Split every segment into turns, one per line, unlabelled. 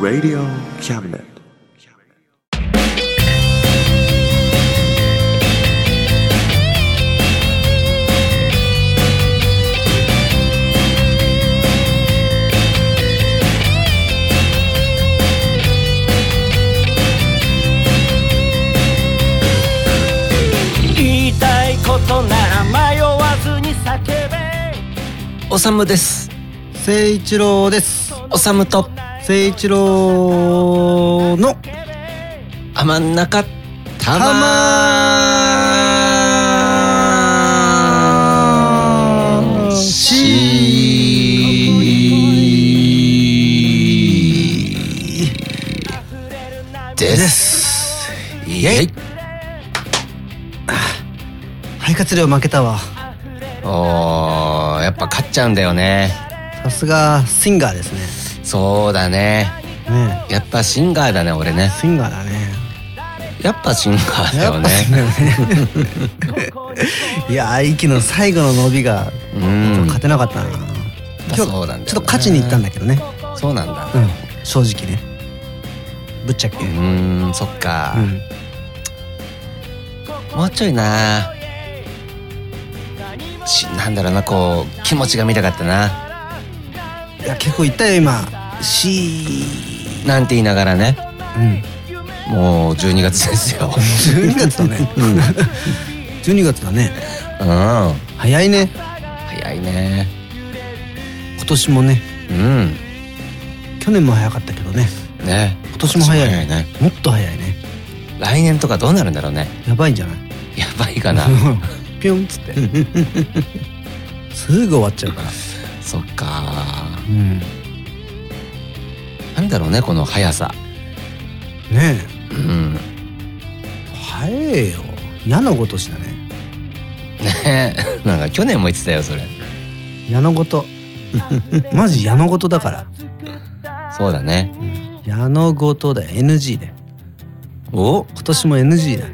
Radio Cabinet.
言いたいことなら迷わずに叫べ
おさむです。
誠一郎です。
おさむと
誠一郎の
甘ん中た
たまーし
です。イエイ。
肺活量負けたわ。
おー、やっぱ勝っちゃうんだよね。
さすがシンガーですね。
そうだね。
ね
やっぱシンガーだね、俺ね
え。シンガーだね。
やっぱシンガーだ
や
よ
っ
ね
ぱ。シンガーだね いやー息の最後の伸びが
うん。
勝てなかったな。今日
そうなんだよね
ちょっと勝ちに行ったんだけどね。
そうなんだ。
うん正直ね。ぶっちゃけ。
うーん、そっか。
うん
もうちょいな。しなんだろうな、こう、気持ちが見たかったな。
いや結構言ったよ今「し」
なんて言いながらね。
うん
もう12月です よ。
12月だね、うん、12月 だね
うん。早
早いね
いね。
今年もね
うん。
去年も早かったけどね
ね。今
年も早い
ね。
もっと早いね
来年とかどうなるんだろうね。
やばいんじゃない
やばいかな。
ピョンっつってすぐ終わっちゃうから
そっか。
うんね
なんだろうね、この速さ。
え
うん。
早えよ矢のごとしだね
ね なんか去年も言ってたよ、それ。
矢のご とマジ矢のごとだから、
そうだね。
うん、矢のごとだよ NG だよ
お
今年も NG だよ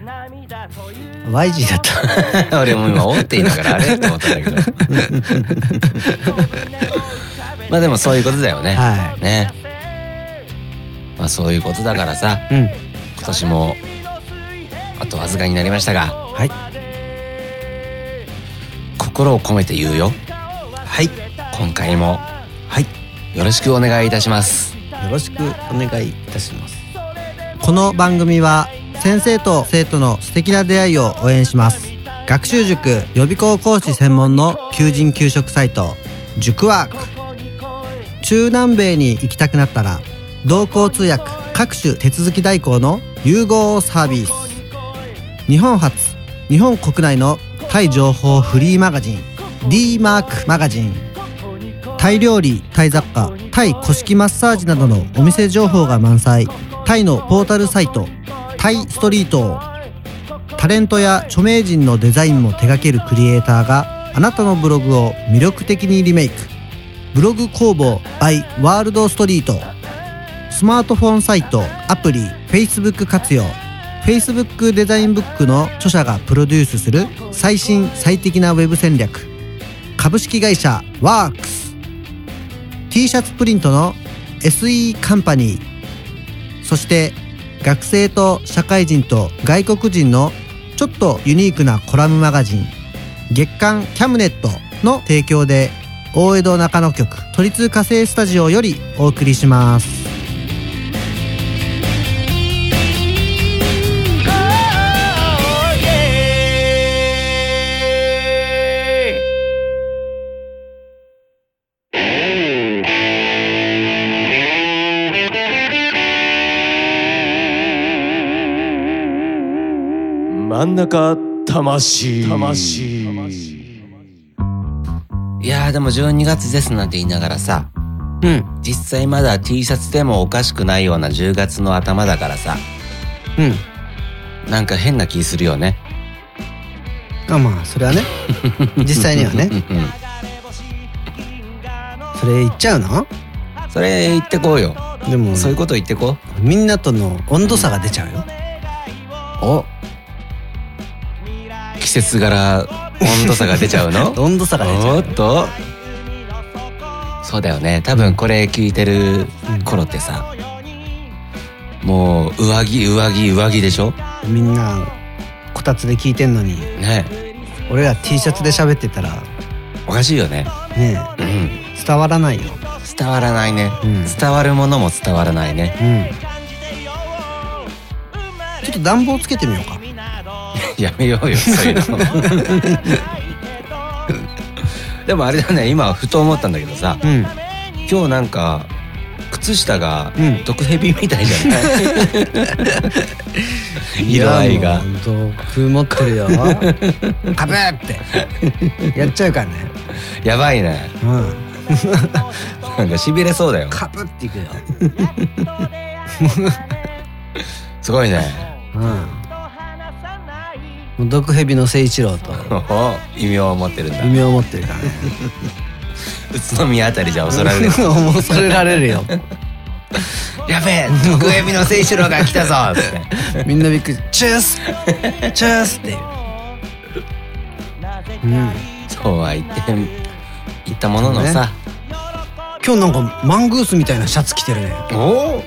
YG だった
俺も今、おって言いながら、あれって思ったんだけど。 まあでもそういうことだよね。
は
ね。まあそういうことだからさ。
いうん
今年もあとわずかになりましたが
はい
心を込めて言うよ
はい
今回も
はい
よろしくお願いいたします
よろしくお願いいたしますこの番組は先生と生徒の素敵な出会いを応援します学習塾予備校講師専門の求人・求職サイト塾ワーク中南米に行きたくなったら同行通訳各種手続き代行の融合サービス日本初日本国内のタイ情報フリーマガジン d マークマガジンタイ料理タイ雑貨タイ古式マッサージなどのお店情報が満載タイのポータルサイトタイストリートタレントや著名人のデザインも手掛けるクリエイターがあなたのブログを魅力的にリメイクブログ工房 by ワールドストリートスマートフォンサイトアプリ Facebook 活用 Facebook デザインブックの著者がプロデュースする最新最適なウェブ戦略株式会社ワークス t シャツプリントの SE カンパニーそして学生と社会人と外国人のちょっとユニークなコラムマガジン月刊キャムネットの提供で大江戸中野局都立火星スタジオよりお送りします
真ん中魂魂
いやーでも12月ですなんて言いながらさ
うん
実際まだ T シャツでもおかしくないような10月の頭だからさ
うん
なんか変な気するよね
あまあそ れはね実際にはね
うんうん
それ言っちゃうの
それ言ってこうよ、
でも
そういうこと言ってこ
みんなとの温度差が出ちゃうよ
うお季 節柄温度差が出ちゃうの
温度差が出ちゃ
お
う
っとそうだよね多分これ聞いてる頃ってさもう上着上着上着でしょ
みんなこたつで聞いてんのに
ね
俺ら T シャツで喋ってたら
おかしいよね
ね
うん
え伝わらないよ
伝わらないね、
うん
伝わるものも伝わらないね
うんちょっと暖房つけてみようか
やめようよそういう のでもあれだね今ふと思ったんだけどさ
うん
今日なんか靴下が
うん
毒蛇みたいじゃない、 色合いが
やもう毒持ってるよカブーってやっちゃうからね
やばいね
うん
なんかしびれそうだよ
カブっていくよ
すごいね
うんもう毒蛇の誠一郎と
おお異名を持ってるんだ
異名を持ってるからね
宇都宮あたりじゃ恐られる
恐れられるよ
やべえ毒蛇の聖四郎が来たぞつって
みんなびっくり「チュースチュース!」っていううん
そうは言って言ったもののさ、
今日なんかマングースみたいなシャツ着てるね
おお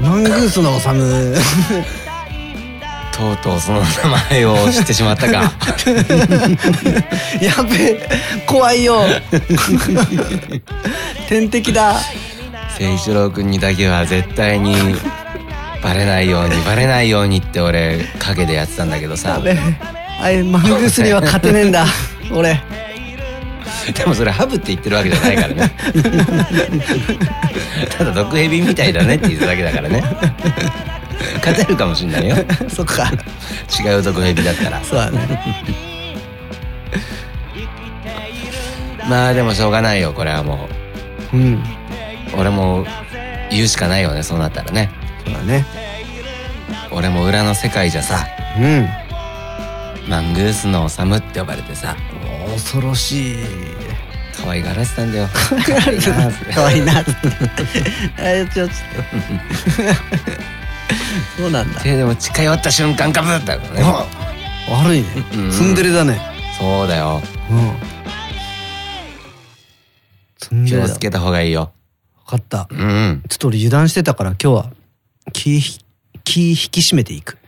マングースのおさむ
とうとうその名前を知ってしまったか
やべえ怖いよ天敵だ
聖四郎君にだけは絶対にバレないようにバレないようにって俺陰でやってたんだけど
や
さ
べえあれマングースには勝てねえんだ俺
でもそれハブって言ってるわけじゃないからねただ毒蛇みたいだねって言ってただけだからね勝てるかもしんないよ
そっか
違う毒蛇だったら
そうだね
まあでもしょうがないよこれはも
うん
う俺も言うしかないよねそうなったらね
そうだね
俺も裏の世界じゃさマングースのサムって呼ばれてさ
うん恐ろしい
可愛がらせたんだよ
可愛いなあやっちゃうちょっとそうなんだ
ででも近寄った瞬間ガブッだからね
悪いね
うん
ツンデレだね
そうだよ
うんツン
気
デレ
を
だ
つけた方がいいよ
分かった
うんうん
ちょっと俺油断してたから今日は気ひ気引き締めていく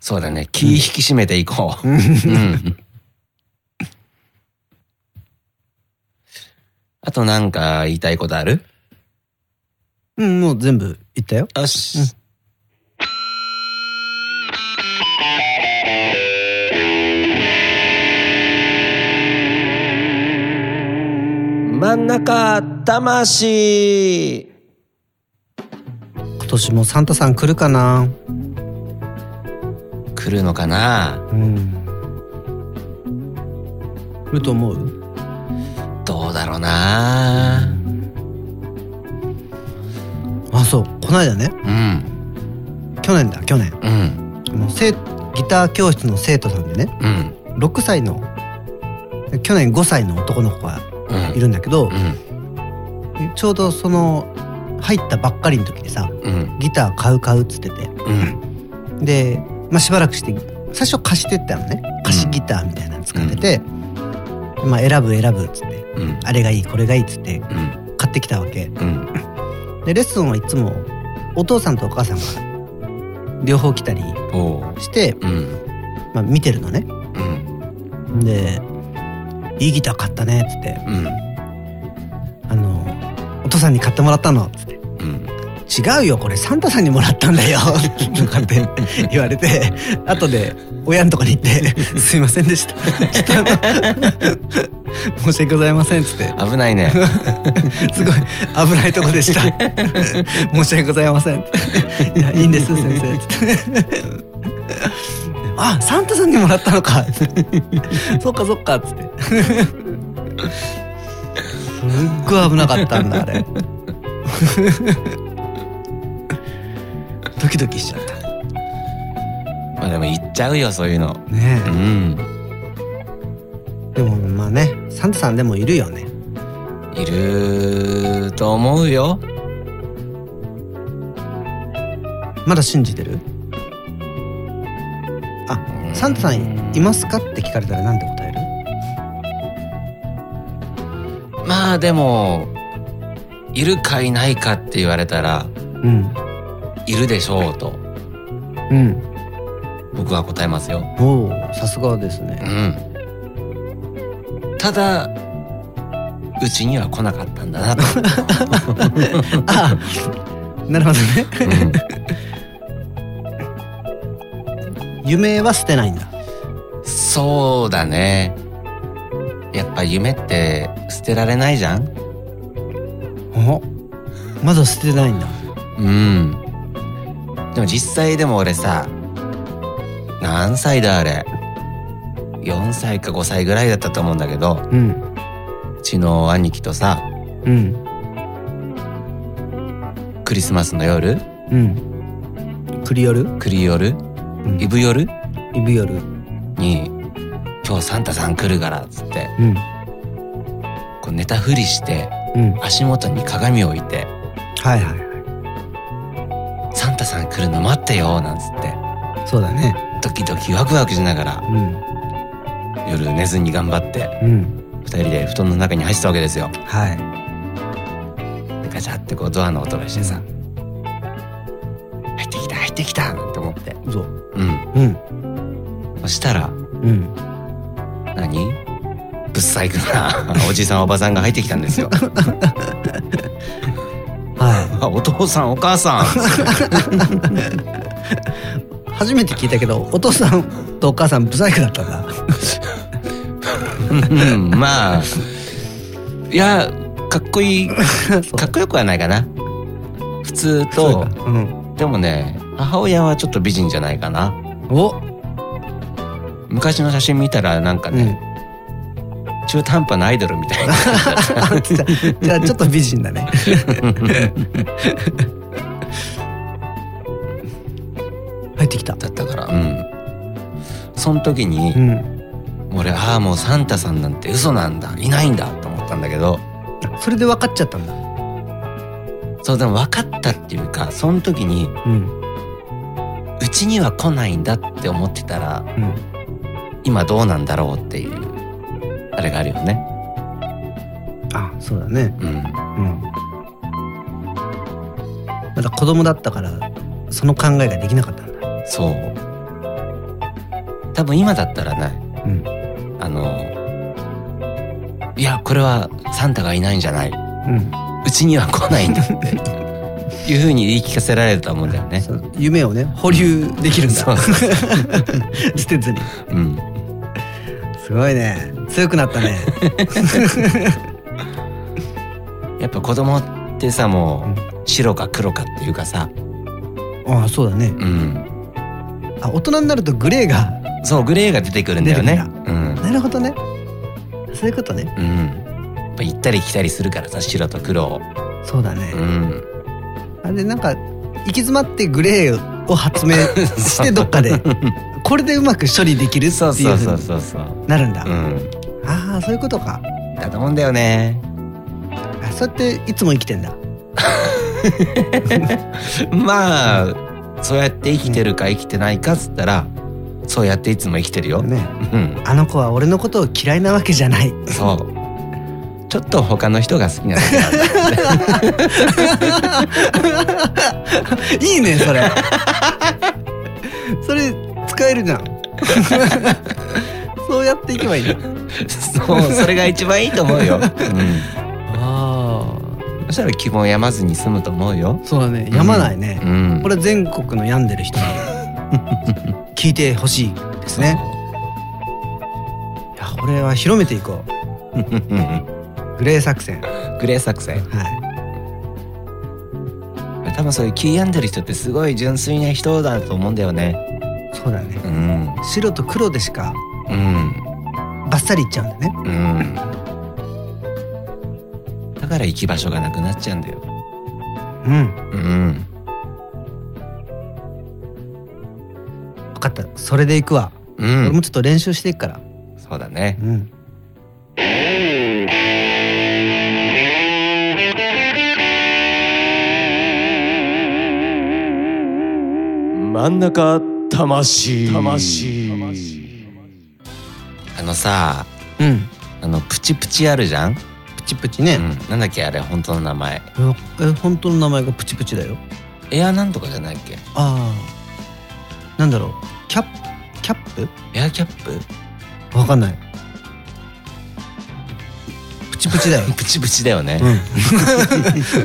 そうだね気引き締めていこう、うん、あとなんか言いたいことある
うんもう全部言ったよ
よし、
真ん中魂
今年もサンタさん来るかな
来るのかな
うん来ると思う
どうだろうな
あそうこないだね
うん
去年だ去年
うん
あの生ギター教室の生徒さんでね
うん
6歳の去年5歳の男の子が
うん
いるんだけ
う
ど、
ん
ちょうどその入ったばっかりの時にさ
うん
ギター買う買うっつってて
うん
で、まあ、しばらくして最初貸してったのね貸しギターみたいなの使ってて、まあ、選ぶ選ぶっつって
うん
あれがいいこれがいいっつって
うん
買ってきたわけ
うん
でレッスンはいつもお父さんとお母さんが両方来たり
おう
して、
うん
まあ、見てるのね
うん
で「いいギター買ったね」っつって
うん
「あのお父さんに買ってもらったの」っつって
うん
違うよこれサンタさんにもらったんだよ」とかって言われて後で親のとこに行って「すいませんでした」ちょっとあの申し訳ございません」っつって
危ない ね
「すごい危ないとこでした」「申し訳ございません」いやいいんです先生」つって。あ、サンタさんにもらったのか。そっかそっかっつって。すっごい危なかったんだあれ。ドキドキしちゃった。
まあでも言っちゃうよそういうの
ね
うん
え、でもまあねサンタさんでもいるよね
いると思うよ
まだ信じてるあサンタさんいますかって聞かれたらなんて答える
まあでもいるかいないかって言われたら
うん。
いるでしょうと
うん。
僕は答えますよ。
おお、さすがです
う
ね。
ん。ただうちには来なかったんだなと。
あなるほどね。
うん
夢は捨てないんだ。
そうだね。やっぱ夢って捨てられないじゃん
おまだ捨てないんだ。
うん。でも実際でも俺さ、何歳だあれ。4歳か5歳ぐらいだったと思うんだけど、
うん。
うちの兄貴とさ、
うん。
クリスマスの夜、
うん。クリオル、
クリ夜、
うん
イブ夜
イブヨル。
に、今日サンタさん来るからっつって、
うん。
こう寝たふりして、
うん。
足元に鏡を置いて、
はいは
サンタさん来るの待ってよ、なんつって、
い。そうだね。
ドキドキワクワクしながら、
う
夜寝ずに頑張って、
ん。うん。
二人で布団の中に入ってたわけですよ。
は
でガチャってこうドアの音がしてさ「入ってきた入ってきた!」なんて思って
い。そう。
うん
うん。
そしたら
うん。
何ぶっさいくな おじさんおばさんが入ってきたんです よ
は
あお父さんお母 さん
い。初めて聞いたけど、お父さんとお母さん、ブサイクだったんだ。
うんまあいやかっこ いいかっこよくはないかな普通と
うん。
でもね母親はちょっと美人じゃないかな
お
昔の写真見たらなんか
うん
ね、。中途半端なアイドルみたい な
あじゃあじゃあちょっと美人だ ね。入ってきた。
だったからうんその時に、
うん。
俺ああもうサンタさんなんて嘘なんだいないんだと思ったんだけど
それで分かっちゃったんだ。
そうでも分かったっていうかその時に
うん。
うちには来ないんだって思ってたら
うん。
今どうなんだろうっていうあれがあるよね
あ、そうだね。
うん
うん。まだ子供だったから、その考えができなかったんだ。
そう多分今だったらね
うん。
あのいやこれはサンタがいないんじゃないうんちには来ないんだっていうふうに言い聞かせられると思うんだよね
そう夢をね、保留できるんだ。
そう
捨てずに。
うん
すごいね。強くなったね。
やっぱ子供ってさも
う
う白か黒かっていうかさ
ああ、そうだね。
うん
あ、大人になるとグレーが。
そうグレーが出てくるんだよね
出て
うん
なるほどね。そういうことね。
うんやっぱ行ったり来たりするからさ白と黒を
そうだね。
うん
あれなんか行き詰まってグレーを発明してどっかでこれでうまく処理できるって
そう
い
そうう
ふ
そうう
に
そうそう
なるんだ、
うん
ああそういうことか
だと思うんだよね
あそうやっていつも生きてんだ
まあそうやって生きてるか生きてないかっつったらそうやっていつも生きてるよ、
ね
うん
あの子は俺のことを嫌いなわけじゃない
そうちょっと他の人が好きなだけなんだ
いいねそれ それ使えるじ ゃんそうやっていけばいいんだ
そうそれが一番いいと思うよ、うん、
あ
そしたら気も病まずに済むと思うよ
あそうだねやまないね、
うん
これ全国の病んでる人に聞いてほしいですねいやこれは広めていこ うグレー作戦は
グレー作戦
い
多分そういう気病んでる人ってすごい純粋な人だと思うんだよね
そうだね
うん
白と黒でしか
うん
バッサリいっちゃうんだね
うんだから行き場所がなくなっちゃうんだよ
うん
うん
分かったそれでいくわ、
う
俺も
ん
ちょっと練習していくから
そうだね
うん
真ん中魂魂
あのさ
うん
あのプチプチあるじゃん
プチチプチね、
うん、なんだっけあれ本当の名前
え本当の名前がプチプチだよ
エアなんとかじゃないっけ
ああなんだろうキャップキャッ
エアキャップ
プわかんないプチプチだよ
プチプチだよね、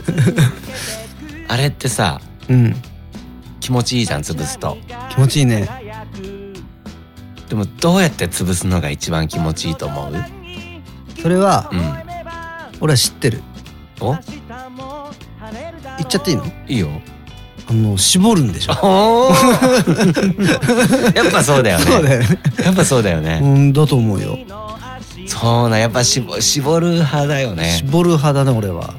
あれってさ
うん
気持ちいいじゃん潰すと
気持ちいいね
でもどうやって潰すのが一番気持ちいいと思う
それは
うん
俺は知ってる
お
言っちゃっていいの
いいよ
あの絞るんでしょ
おー やっぱそうだよね
そうだよね
やっぱそうだよね、
うんだと思うよ
そうなやっぱしぼ絞る派だよね
絞る派だね俺は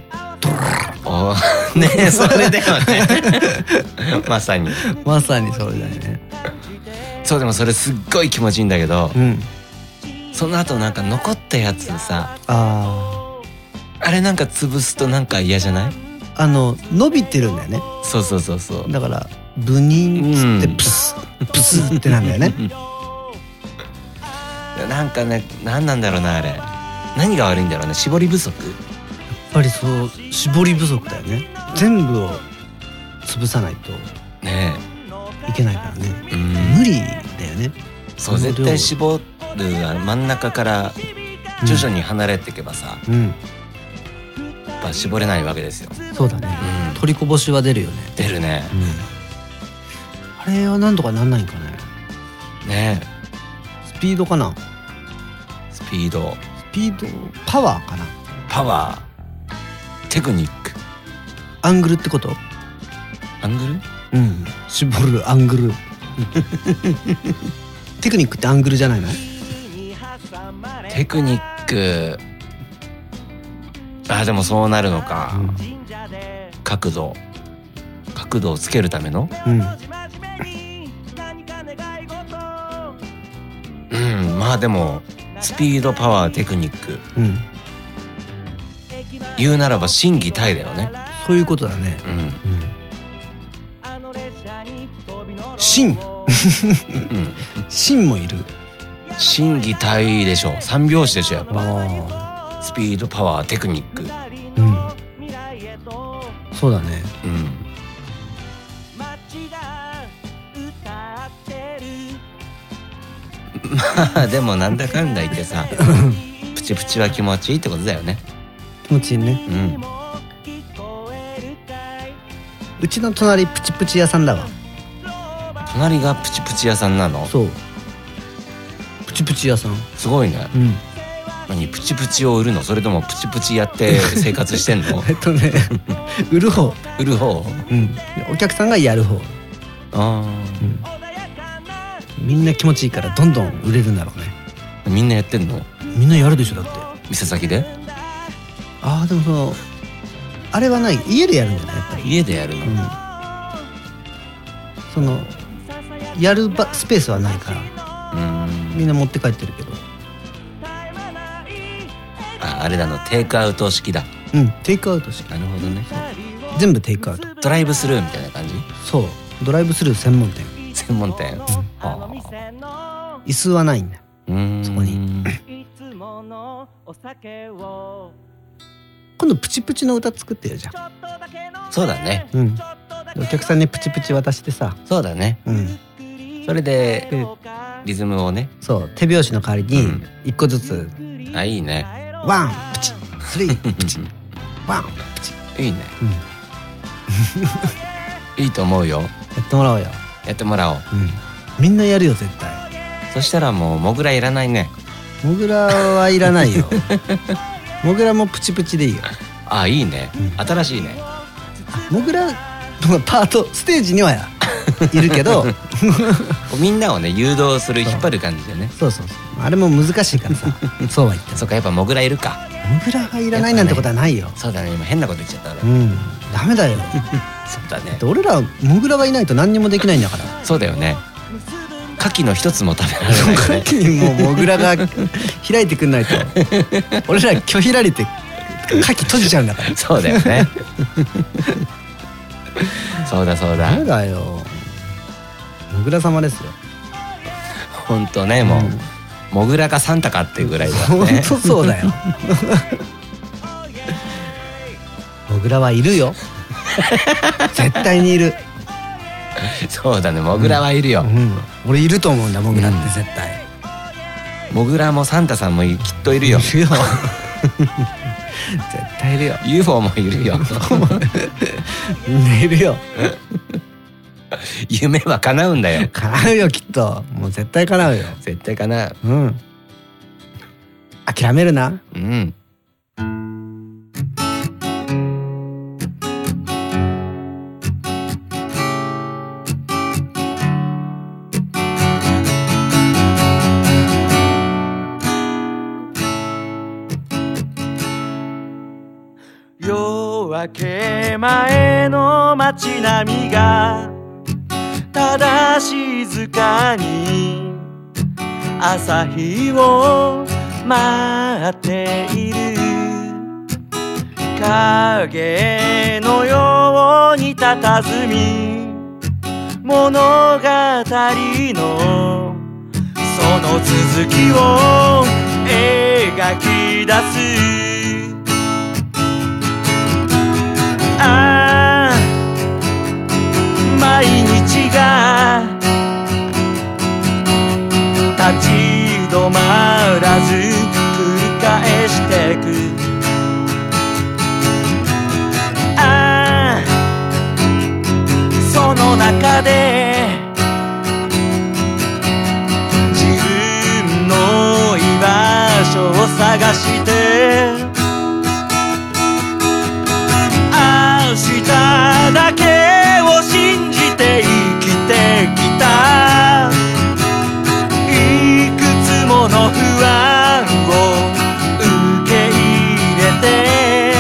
おー ねえそれだよね まさに
まさにそれだよね
そうでもそれすっごい気持ちいいんだけど
うん
その後なんか残ったやつさ
あ
あれなんか潰すとなんか嫌じゃない
ああの伸びてるんだよね
そうそうそうそう
だからブニンっつってプス、プスってなんだ よね
なんかね何なんだろうなあれ何が悪いんだろうね絞り不足
やっぱりそう絞り不足だよね全部を潰さないと
ね
いけないからね
えうん
無理だよね
そう絶対絞るは真ん中から徐々に離れていけばさ、
うん
やっぱ絞れないわけですよ、
そうだね
う
取りこぼしは出るよね
ん、出るね
あれはなんとかなんないんかね
ね
スピードかな
えスピード
スピードパワーかな
パワーテクニック
アングルってこと
アングル
うん絞るアングルテクニックってアングルじゃないの
テクニックあでもそうなるのか、角度角度をつけるための
うん
うんまあでもスピードパワーテクニック
うん
言うならば心技体だよね
そういうことだね
うん
芯
うん
芯もいる
心技体でしょ三拍子でしょやっぱ
あ
スピードパワーテクニック
あうんそうだね
うんまあ でもなんだかんだ言ってさプチプチは気持ちいいってことだよね
気持ちいいね
うん
うちの隣プチプチ屋さんだわ
隣がプチプチ屋さんなの
そうプチプチ屋さん
すごいね
うん
何プチプチを売るのそれともプチプチや って生活してんの
えっとね売る方
売る方
うんお客さんがやる方
あ
みんな気持ちいいからどんどん売れるんだろうね
あみんなやってんの
みんなやるでしょだって
店先で
ああでもそのあれはない家でやるんじゃないやっぱり
家でやるの、
そのやる場スペースはないから
うん
みんな持って帰ってるけど
ああれだのテイクアウト式だ
うんテイクアウトしか
なるほどね
全部テイクアウト
ドライブスルーみたいな感じ
そうドライブスルー専門店
専門店、は
椅子はないんだよ
あうん
そこに今度プチプチの歌作ってよじゃあ
そうだね
うんでお客さんにプチプチ渡してさ
そうだね
うん
それで
で
リズムをね
そう手拍子の代わりに
うん
一個ずつ
あいいね
ワンプチスリ ープチワンプチ
いいね、 いいと思うよ
やってもらおうよ
やってもらおう
うんみんなやるよ絶対
そしたらもうモグラいらないね
モグラはいら ないよモグラもプチプチでいいよ
あいいね、新しいね
あモグラのパートステージにはやいるけど
こうみんなをね誘導する引っ張る感じでね
そうそうそうあれも難しいから さそうは言っても
そっかやっぱモグラいるか
モグラがいらないなんてことはないよ、
そうだね今変なこと言っちゃった俺
うんダメだよ
そうだね
で俺らモグラがいないと何にもできないんだから
そうだよね牡蠣の一つも食べられないよね
一気に もうモグラが 開いてくんないと俺ら拒否られて牡蠣閉じちゃうんだから
そうだよねそうだそうだ
ダメだよモグラ様ですよ
ほんとねもう、モグラかサンタかっていうぐらいだよ
本
ね
当そうだよモグラはいるよ絶対にいる、
そうだねモグラはいるよ、
うん、俺いると思うんだモグラって絶対、
モグラもサンタさんもいきっといるよ
いるよ絶対いるよ
UFO もいるよ
みんないるよ
夢は叶うんだよ
叶うよきっともう絶対叶うよ
絶対叶う
うん諦めるな
うん
夜明け前の街並みがただ静かに朝日を待っている影のように佇み物語のその続きを描き出すああ毎日が立ち止まらず繰り返してくああその中で自分の居場所を探して明日だけを信じて生きてきたいくつもの不安を受け入れて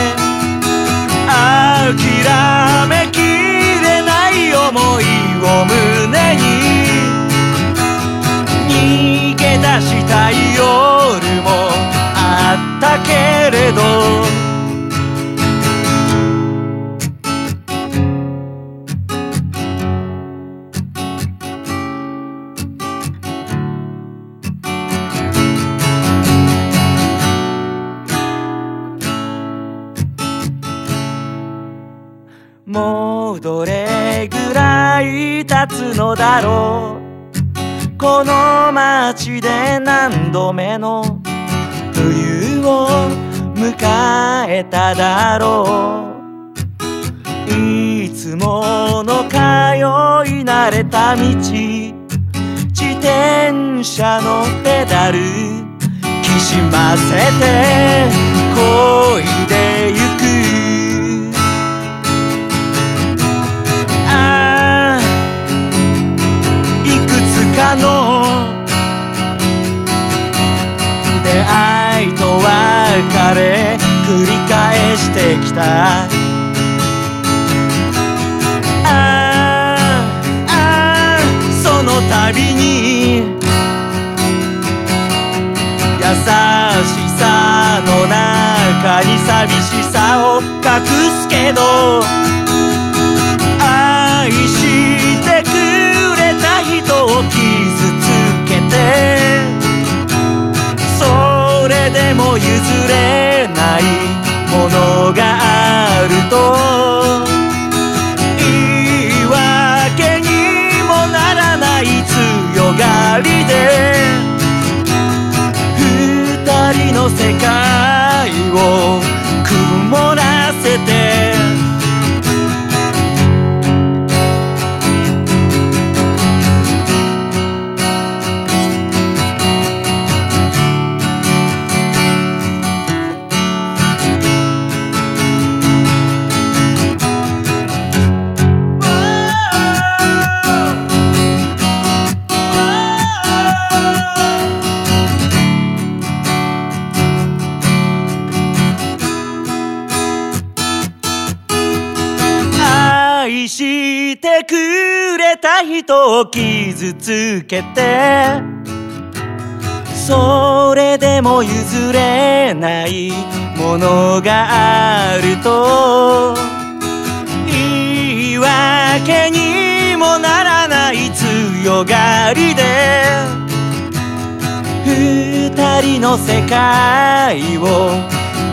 諦めきれない思いを胸に逃げ出したい夜もあったけれどもうどれぐらい経つのだろうこの街で何度目の冬を迎えただろういつもの通い慣れた道自転車のペダルきしませて漕いでゆくああいくつかの出会いと別れ繰り返してきたああああその度に優しさの中に寂しさを隠すけど愛してくれた人を傷つけてそれでも譲れないものがあると言い訳にもならない強がりで二人の世界を曇らせて愛してくれた人を傷つけてそれでも譲れないものがあると言い訳にもならない強がりで二人の世界を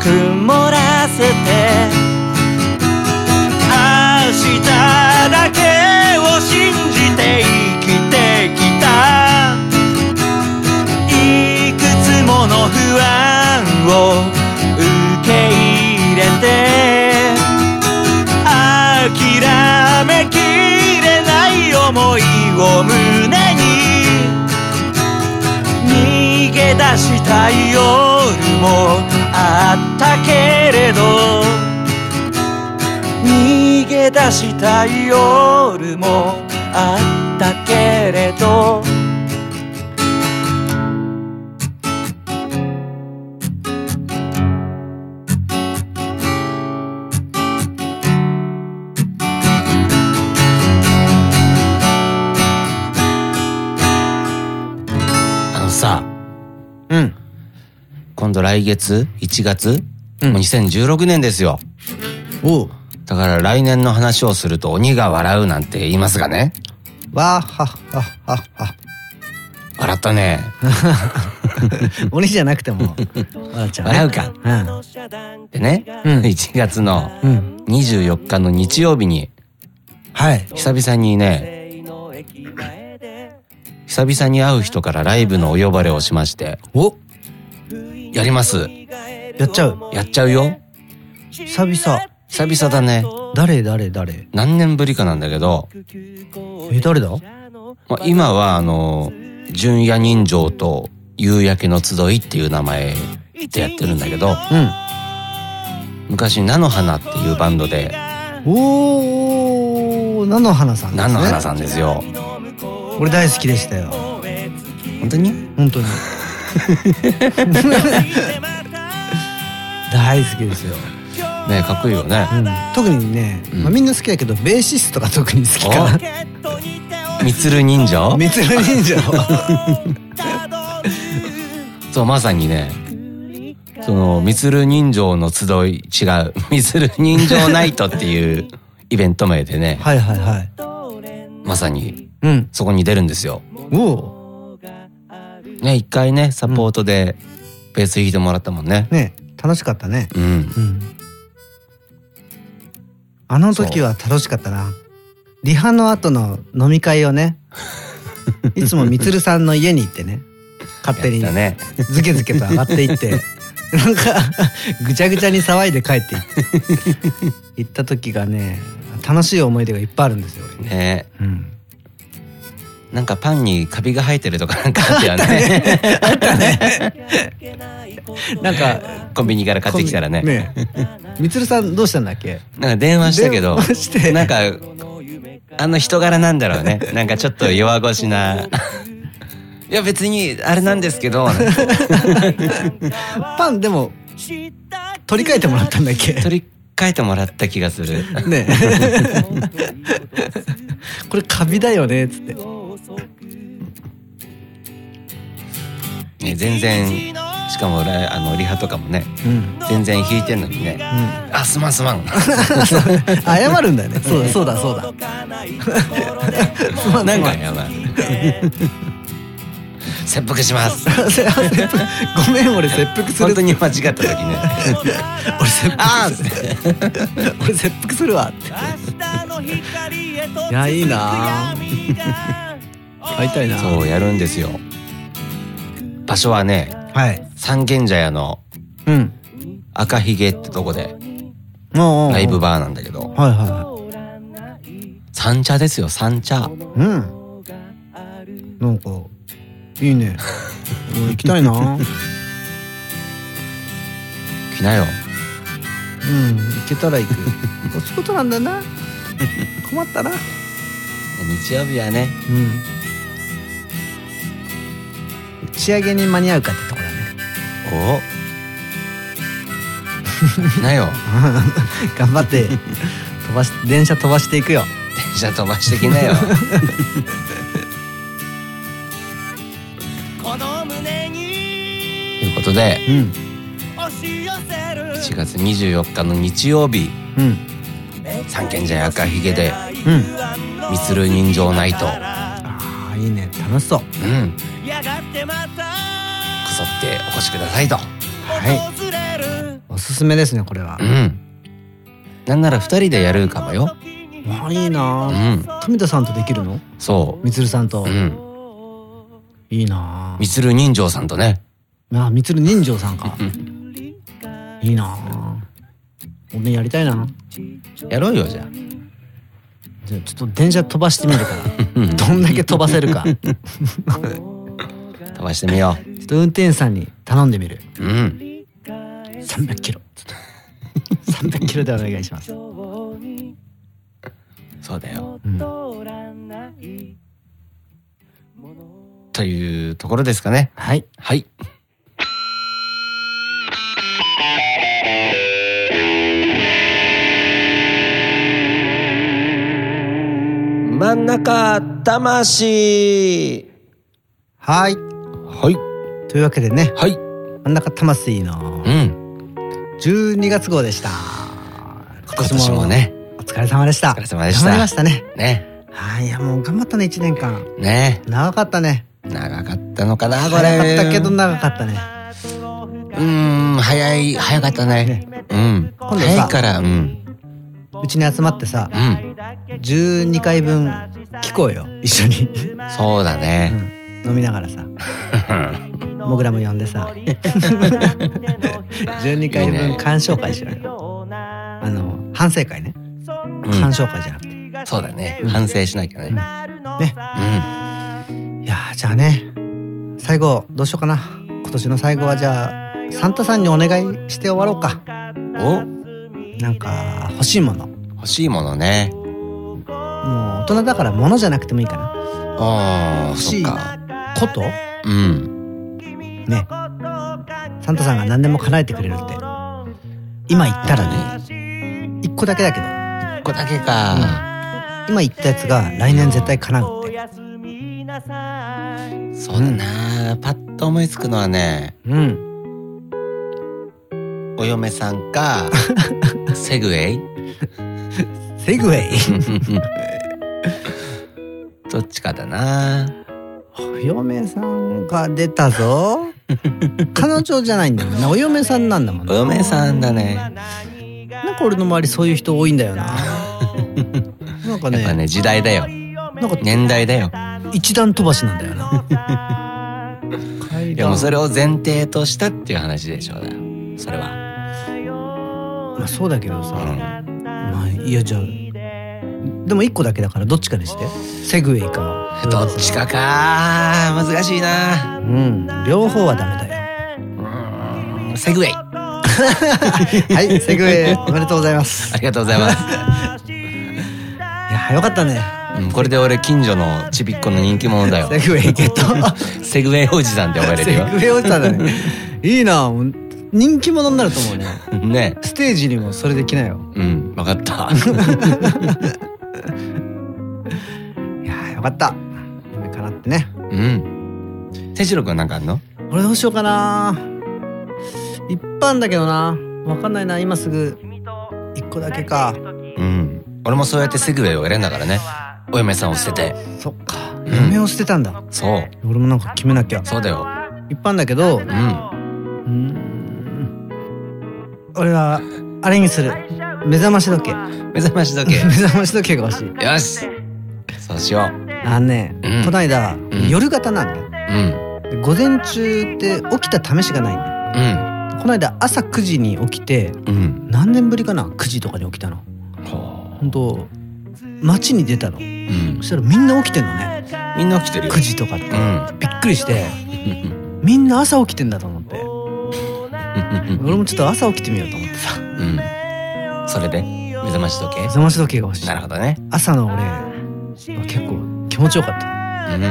曇らせて日だけを信じて生きてきたいくつもの不安を受け入れて諦めきれない思いを胸に逃げ出したい夜もあったけれど逃げ出したい夜もあったけれど
あのさ
うん
今度来月1月、
うん
もう2016年ですよ
おう
だから来年の話をすると鬼が笑うなんて言いますがね
わあはっはっはっは
笑ったね
鬼じゃなくて も笑っちゃう、ね、
笑うか
うん
でね、1月の
うん
24日の日曜日に
はい
久々にね久々に会う人からライブのお呼ばれをしまして
お
やります
やっちゃう
やっちゃうよ
久々
久々だね
誰誰誰
何年ぶりかなんだけど、
え誰だ
まあ、今はあの「純夜人情」と「夕焼けの集い」っていう名前でやってるんだけど
うん
昔菜の花っていうバンドで
おお菜の花さんです
菜
ね
の花さんですよ
俺大好きでしたよ
本当に
本 当に大好きですよ、
ねかっこいいよね
うん、特にね、
うん
まあ、みんな好きだけどベーシストが特に好きか
みつる人
な
情
三つの忍者
そうまさにねそのみつる人情の集い違う みつる人情ナイトっていうイベント名でね
はいはいはい
まさに
うん
そこに出るんですよ。
おお
ね一回ねサポートでベース弾いてもらったもんね。
ね楽しかったね
うん
うんあの時は楽しかったなリハの後の飲み会をねいつもみつるさんの家に行ってね勝手に
やったね。
ズケズケと上がってい ってなんかぐちゃぐちゃに騒いで帰ってい行った時がね楽しい思い出がいっぱいあるんですよ、俺
ね
うん、
なんかパンにカビが生えてるとかなんかあったよね。
なんか
コンビニから買ってきたらね。
みつるさんどうしたんだっけ
なんか電話したけど
電話して
なんかあの人柄なんだろうね。なんかちょっと弱腰な。いや別にあれなんですけど
パンでも取り替えてもらったんだっけ
取り替えてもらった気がす る。
ねこれカビだよねっつって
ね、全然しかもラあのリハとかもね
うん
全然弾いてんのにね「あすまんすまん」
謝るんだよねそうだそうだそうだすま
なん
すま
かやばい切腹します
せせごめん俺切腹する
本当に間違った時 ね
俺 切
あ
腹する俺切腹するわっていやいい な 会いたいな
そうやるんですよ場所はね
はい
三軒茶屋の
うん
赤ひげってとこで
もう
ライブバーなんだけど
はいは
三茶ですよ三茶
いうんなんかいい ね俺行きたいなうん
来なよ
行けたら行く お仕事なんだな困ったなう
日曜日はね
ん打ち上げに間に合うかってとこだね
おお来なよ
頑張って飛ばし電車飛ばしていくよ
電車飛ばしてきな よ
この胸に
ということで
うん
押し寄せる
1月24日の日曜日
うん
三軒茶屋赤ひげで
う
「
ん
みつる人情ナイト」
ああいいね楽しそう
うんこ
やがてまた
そってお越しくださいと
はい
訪れる
おすすめですねこれは
うんなんなら2人でやるかもよ
わあいいな
う
あ
ん
富田さんとできるの
そ
みつるさんと、
ううん
いいなあ
みつる人情さんとね
あみつる人情さんかいいなあ俺やりたいな
やろうよじゃあ
じゃあちょっと電車飛ばしてみるからどんだけ飛ばせる かちょ
飛ばしてみよ
っと運転手さんに頼んでみる
ううん
300キロちょっと300キロでお願いします
そうだよ
うん
というところですかね
はい
はい
真ん中魂
はい
はい
というわけでね
はい
真ん中魂の
うん
12月号でした
今年もね
お疲れ様でした
お疲れ様でした
頑張りましたね
ね
はいいやもう頑張ったね1年間
ね
長かったね
長かったのかなこれ
早かったけど長かったね
うーん早い早かったねうん
度さ
早いからうん
うちに集まってさ
うん
12回分聞こうよ一緒に、
そうだね
うん、飲みながら さモグラも呼んでさ12回分鑑賞会しようよあの反省会ね
うん
鑑賞会じゃなくて、
そうだね反省しなきゃね
ねいやーじゃあね最後どうしようかな今年の最後はじゃあサンタさんにお願いして終わろうか
うんお
なんか欲しいものもう
欲しいものね
大人だから物じゃなくてもいいかな
ああ
欲
そ
し
っ
い
か
こと
うん
ねサンタさんが何でも叶えてくれるって今言ったらね一個だけだけど
ここだけか
今言ったやつが来年絶対叶うって
そうだなパッと思いつくのはね
うん
お嫁さん かセグウェイ
セグウェイ
どっちかだな
お嫁さんが出たぞ彼女じゃないんだもんねお嫁さんなんだもん
お
ね
嫁さんだね
なんか俺の周りそういう人多いんだよなな
やっ
んか
ぱ
ね
ね時代だよ
なんか
年代だよ
一段飛ばしなんだよ な階
いやもう
段
それを前提としたっていう話でしょうだよそれは
まあそうだけどさ、
うん
まあいやじゃあでも一個だけだからどっちかにしてセグウェイか
どっちかか難しいな
うん両方はダメだよ
うんセグウェイあ
はいセグウェイおめでとうございます
りがとうございます
いやよかったね
うんこれで俺近所のちびっこの人気者だよ
セグウェイゲット
セグウェイおじさんって呼ばれ
セ
る
グウ
よ
ェイおじさんだね いいなもう人気者になると思うね
ね
ステージにもそれできないよ
うん分かった
いやよかった夢かなってね
うん天志郎くんなんかあんの
俺どうしようかな一般だけどなわかんないな今すぐ一個だけか
うん俺もそうやってセグウェイを選んだからねお嫁さんを捨てて
そっか
ん
嫁を捨てたんだ
そう
俺もなんか決めなきゃ
そうだよ
一般だけど
うんあ
うーん俺はあれにする目覚まし時計
目覚まし時計
目覚まし時計が欲しい
よしそうしよう
あのね、
うん
こないだ
うん
夜型なんだよ
うん
で午前中って起きた試しがないんだよ
うん
こないだ朝9時に起きて
うん
何年ぶりかな9時とかに起きたの
ほ
本当街に出たの
うう
そ
ん
したらみんな起きてんのね
みんな起きてるよ
9時とかって、
うん
びっくりしてみんな朝起きてんだと思って俺もちょっと朝起きてみようと思ってさ目
うんそれで目覚まし時 計
覚まし時計が欲しい
なるほどね
朝の俺結構気持ちよかった
うん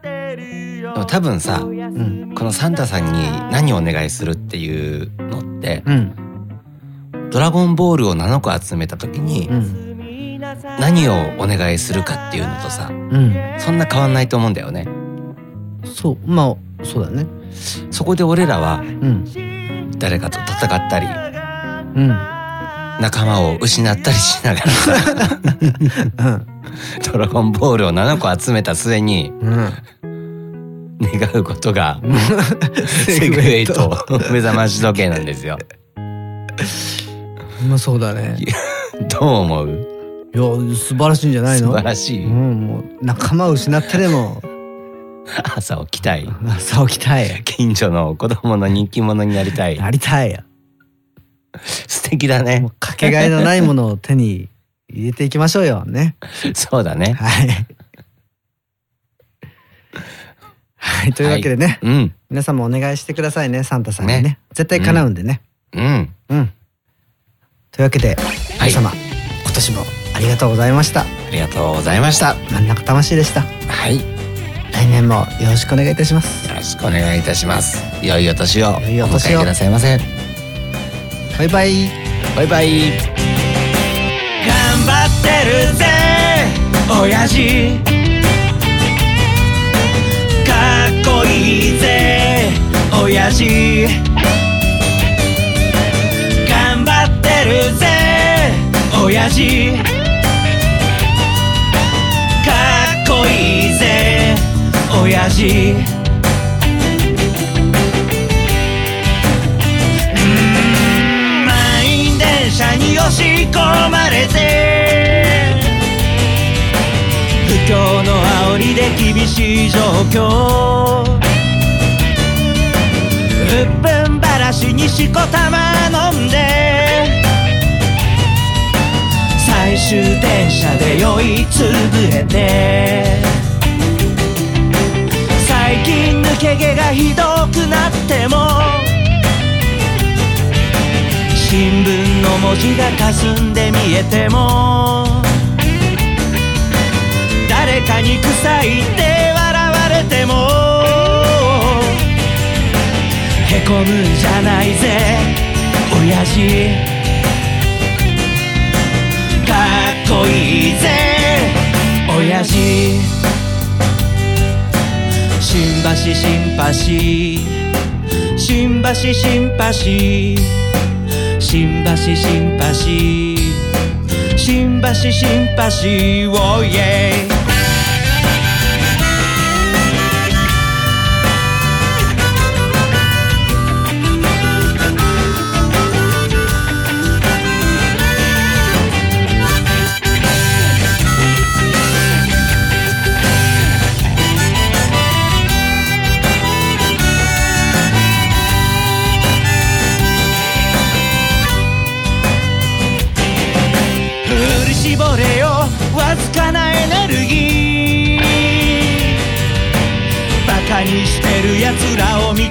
でも多分さ
うん
このサンタさんに何をお願いするっていうのって
うん
ドラゴンボールを7個集めた時に
うん
何をお願いするかっていうのとさ
うん
そんな変わんないと思うんだよね
そうまあそうだね
そこで俺らは
うん
誰かと戦ったり
うん
仲間を失ったりしながらさ
うん
ドラゴンボールを7個集めた末に
うん
願うことがセグウェイと目覚まし時計なんですよ。
まあそうだね
どう思う
いや素晴らしいんじゃない
素
の
晴らしい、
うん、もう仲間を失ってでも
朝起きたい
朝起きたい
近所の子供の人気者になりたい
なりたい
素敵だね
もうかけがえのないものを手に入れていきましょうよね
そうだね
はいはいというわけでね、
うん
皆さんもお願いしてくださいねサンタさんにね
ね
絶対叶うんでね、
うん
うんというわけで
い
皆様、今年もありがとうございました
ありがとうございました
真ん中魂でした
はいよ
来年もよろしくお願いいたします
ろしくお願いいたします良いお年をお
良いお
迎
年
え
を
くださいませ
バイバイ
バイバイ
頑張ってるぜ親父かっこいいぜ親父頑張ってるぜ親父かっこいいぜ親父満員電車に押し込まれて不況の煽りで厳しい状況うっぷんばらしにしこたま飲んで最終電車で酔いつぶれて最近抜け毛がひどくなっても新聞の文字が霞んで見えても誰かに臭いって笑われてもへこむんじゃないぜ親父かっこいいぜ親父新橋新橋新橋新橋新橋新橋新橋新橋をイエイ振り絞れよわずかなエネルギーバカにしてるやつらを見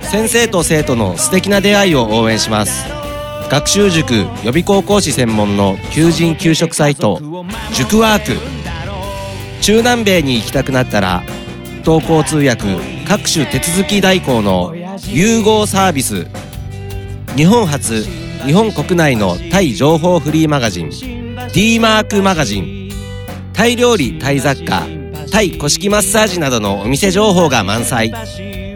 先生と生徒の素敵な出会いを応援します学習塾予備高校師専門の求人・求職サイト塾ワーク中南米に行きたくなったら投稿通訳各種手続き代行の融合サービス日本初日本国内のタイ情報フリーマガジン D マークマガジンタイ料理タイ雑貨タイ古式マッサージなどのお店情報が満載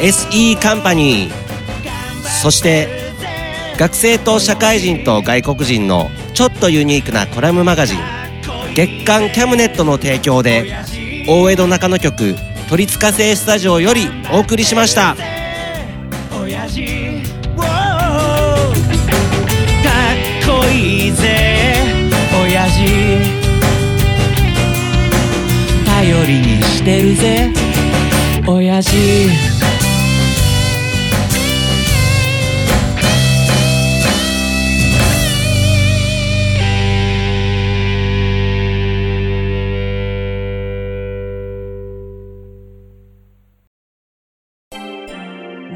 SE カンパニーそして学生と社会人と外国人のちょっとユニークなコラムマガジン月刊キャムネットの提供で大江戸中野局「鳥塚製スタジオ」よりお送りしました
親父ウォーかっこいいぜ親父頼りにしてるぜ親父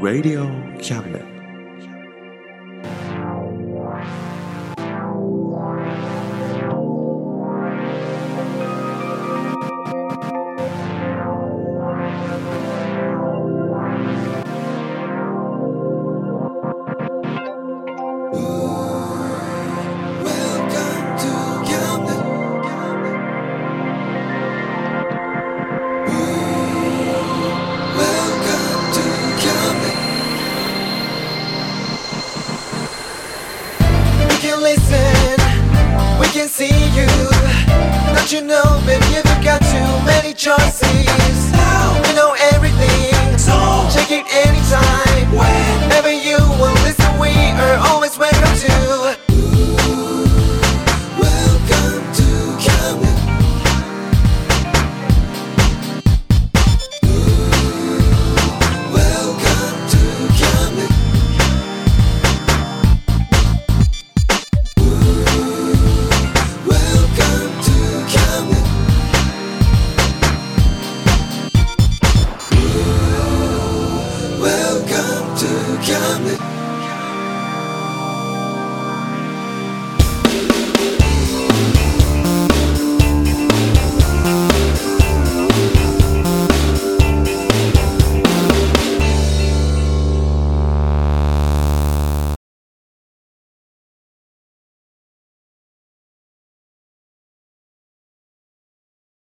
Radio Cabinet.
We can listen, we can see you. Don't you know, baby, you've got too many choices. We know everything, so check it anytime. Whenever you will listen, we are always.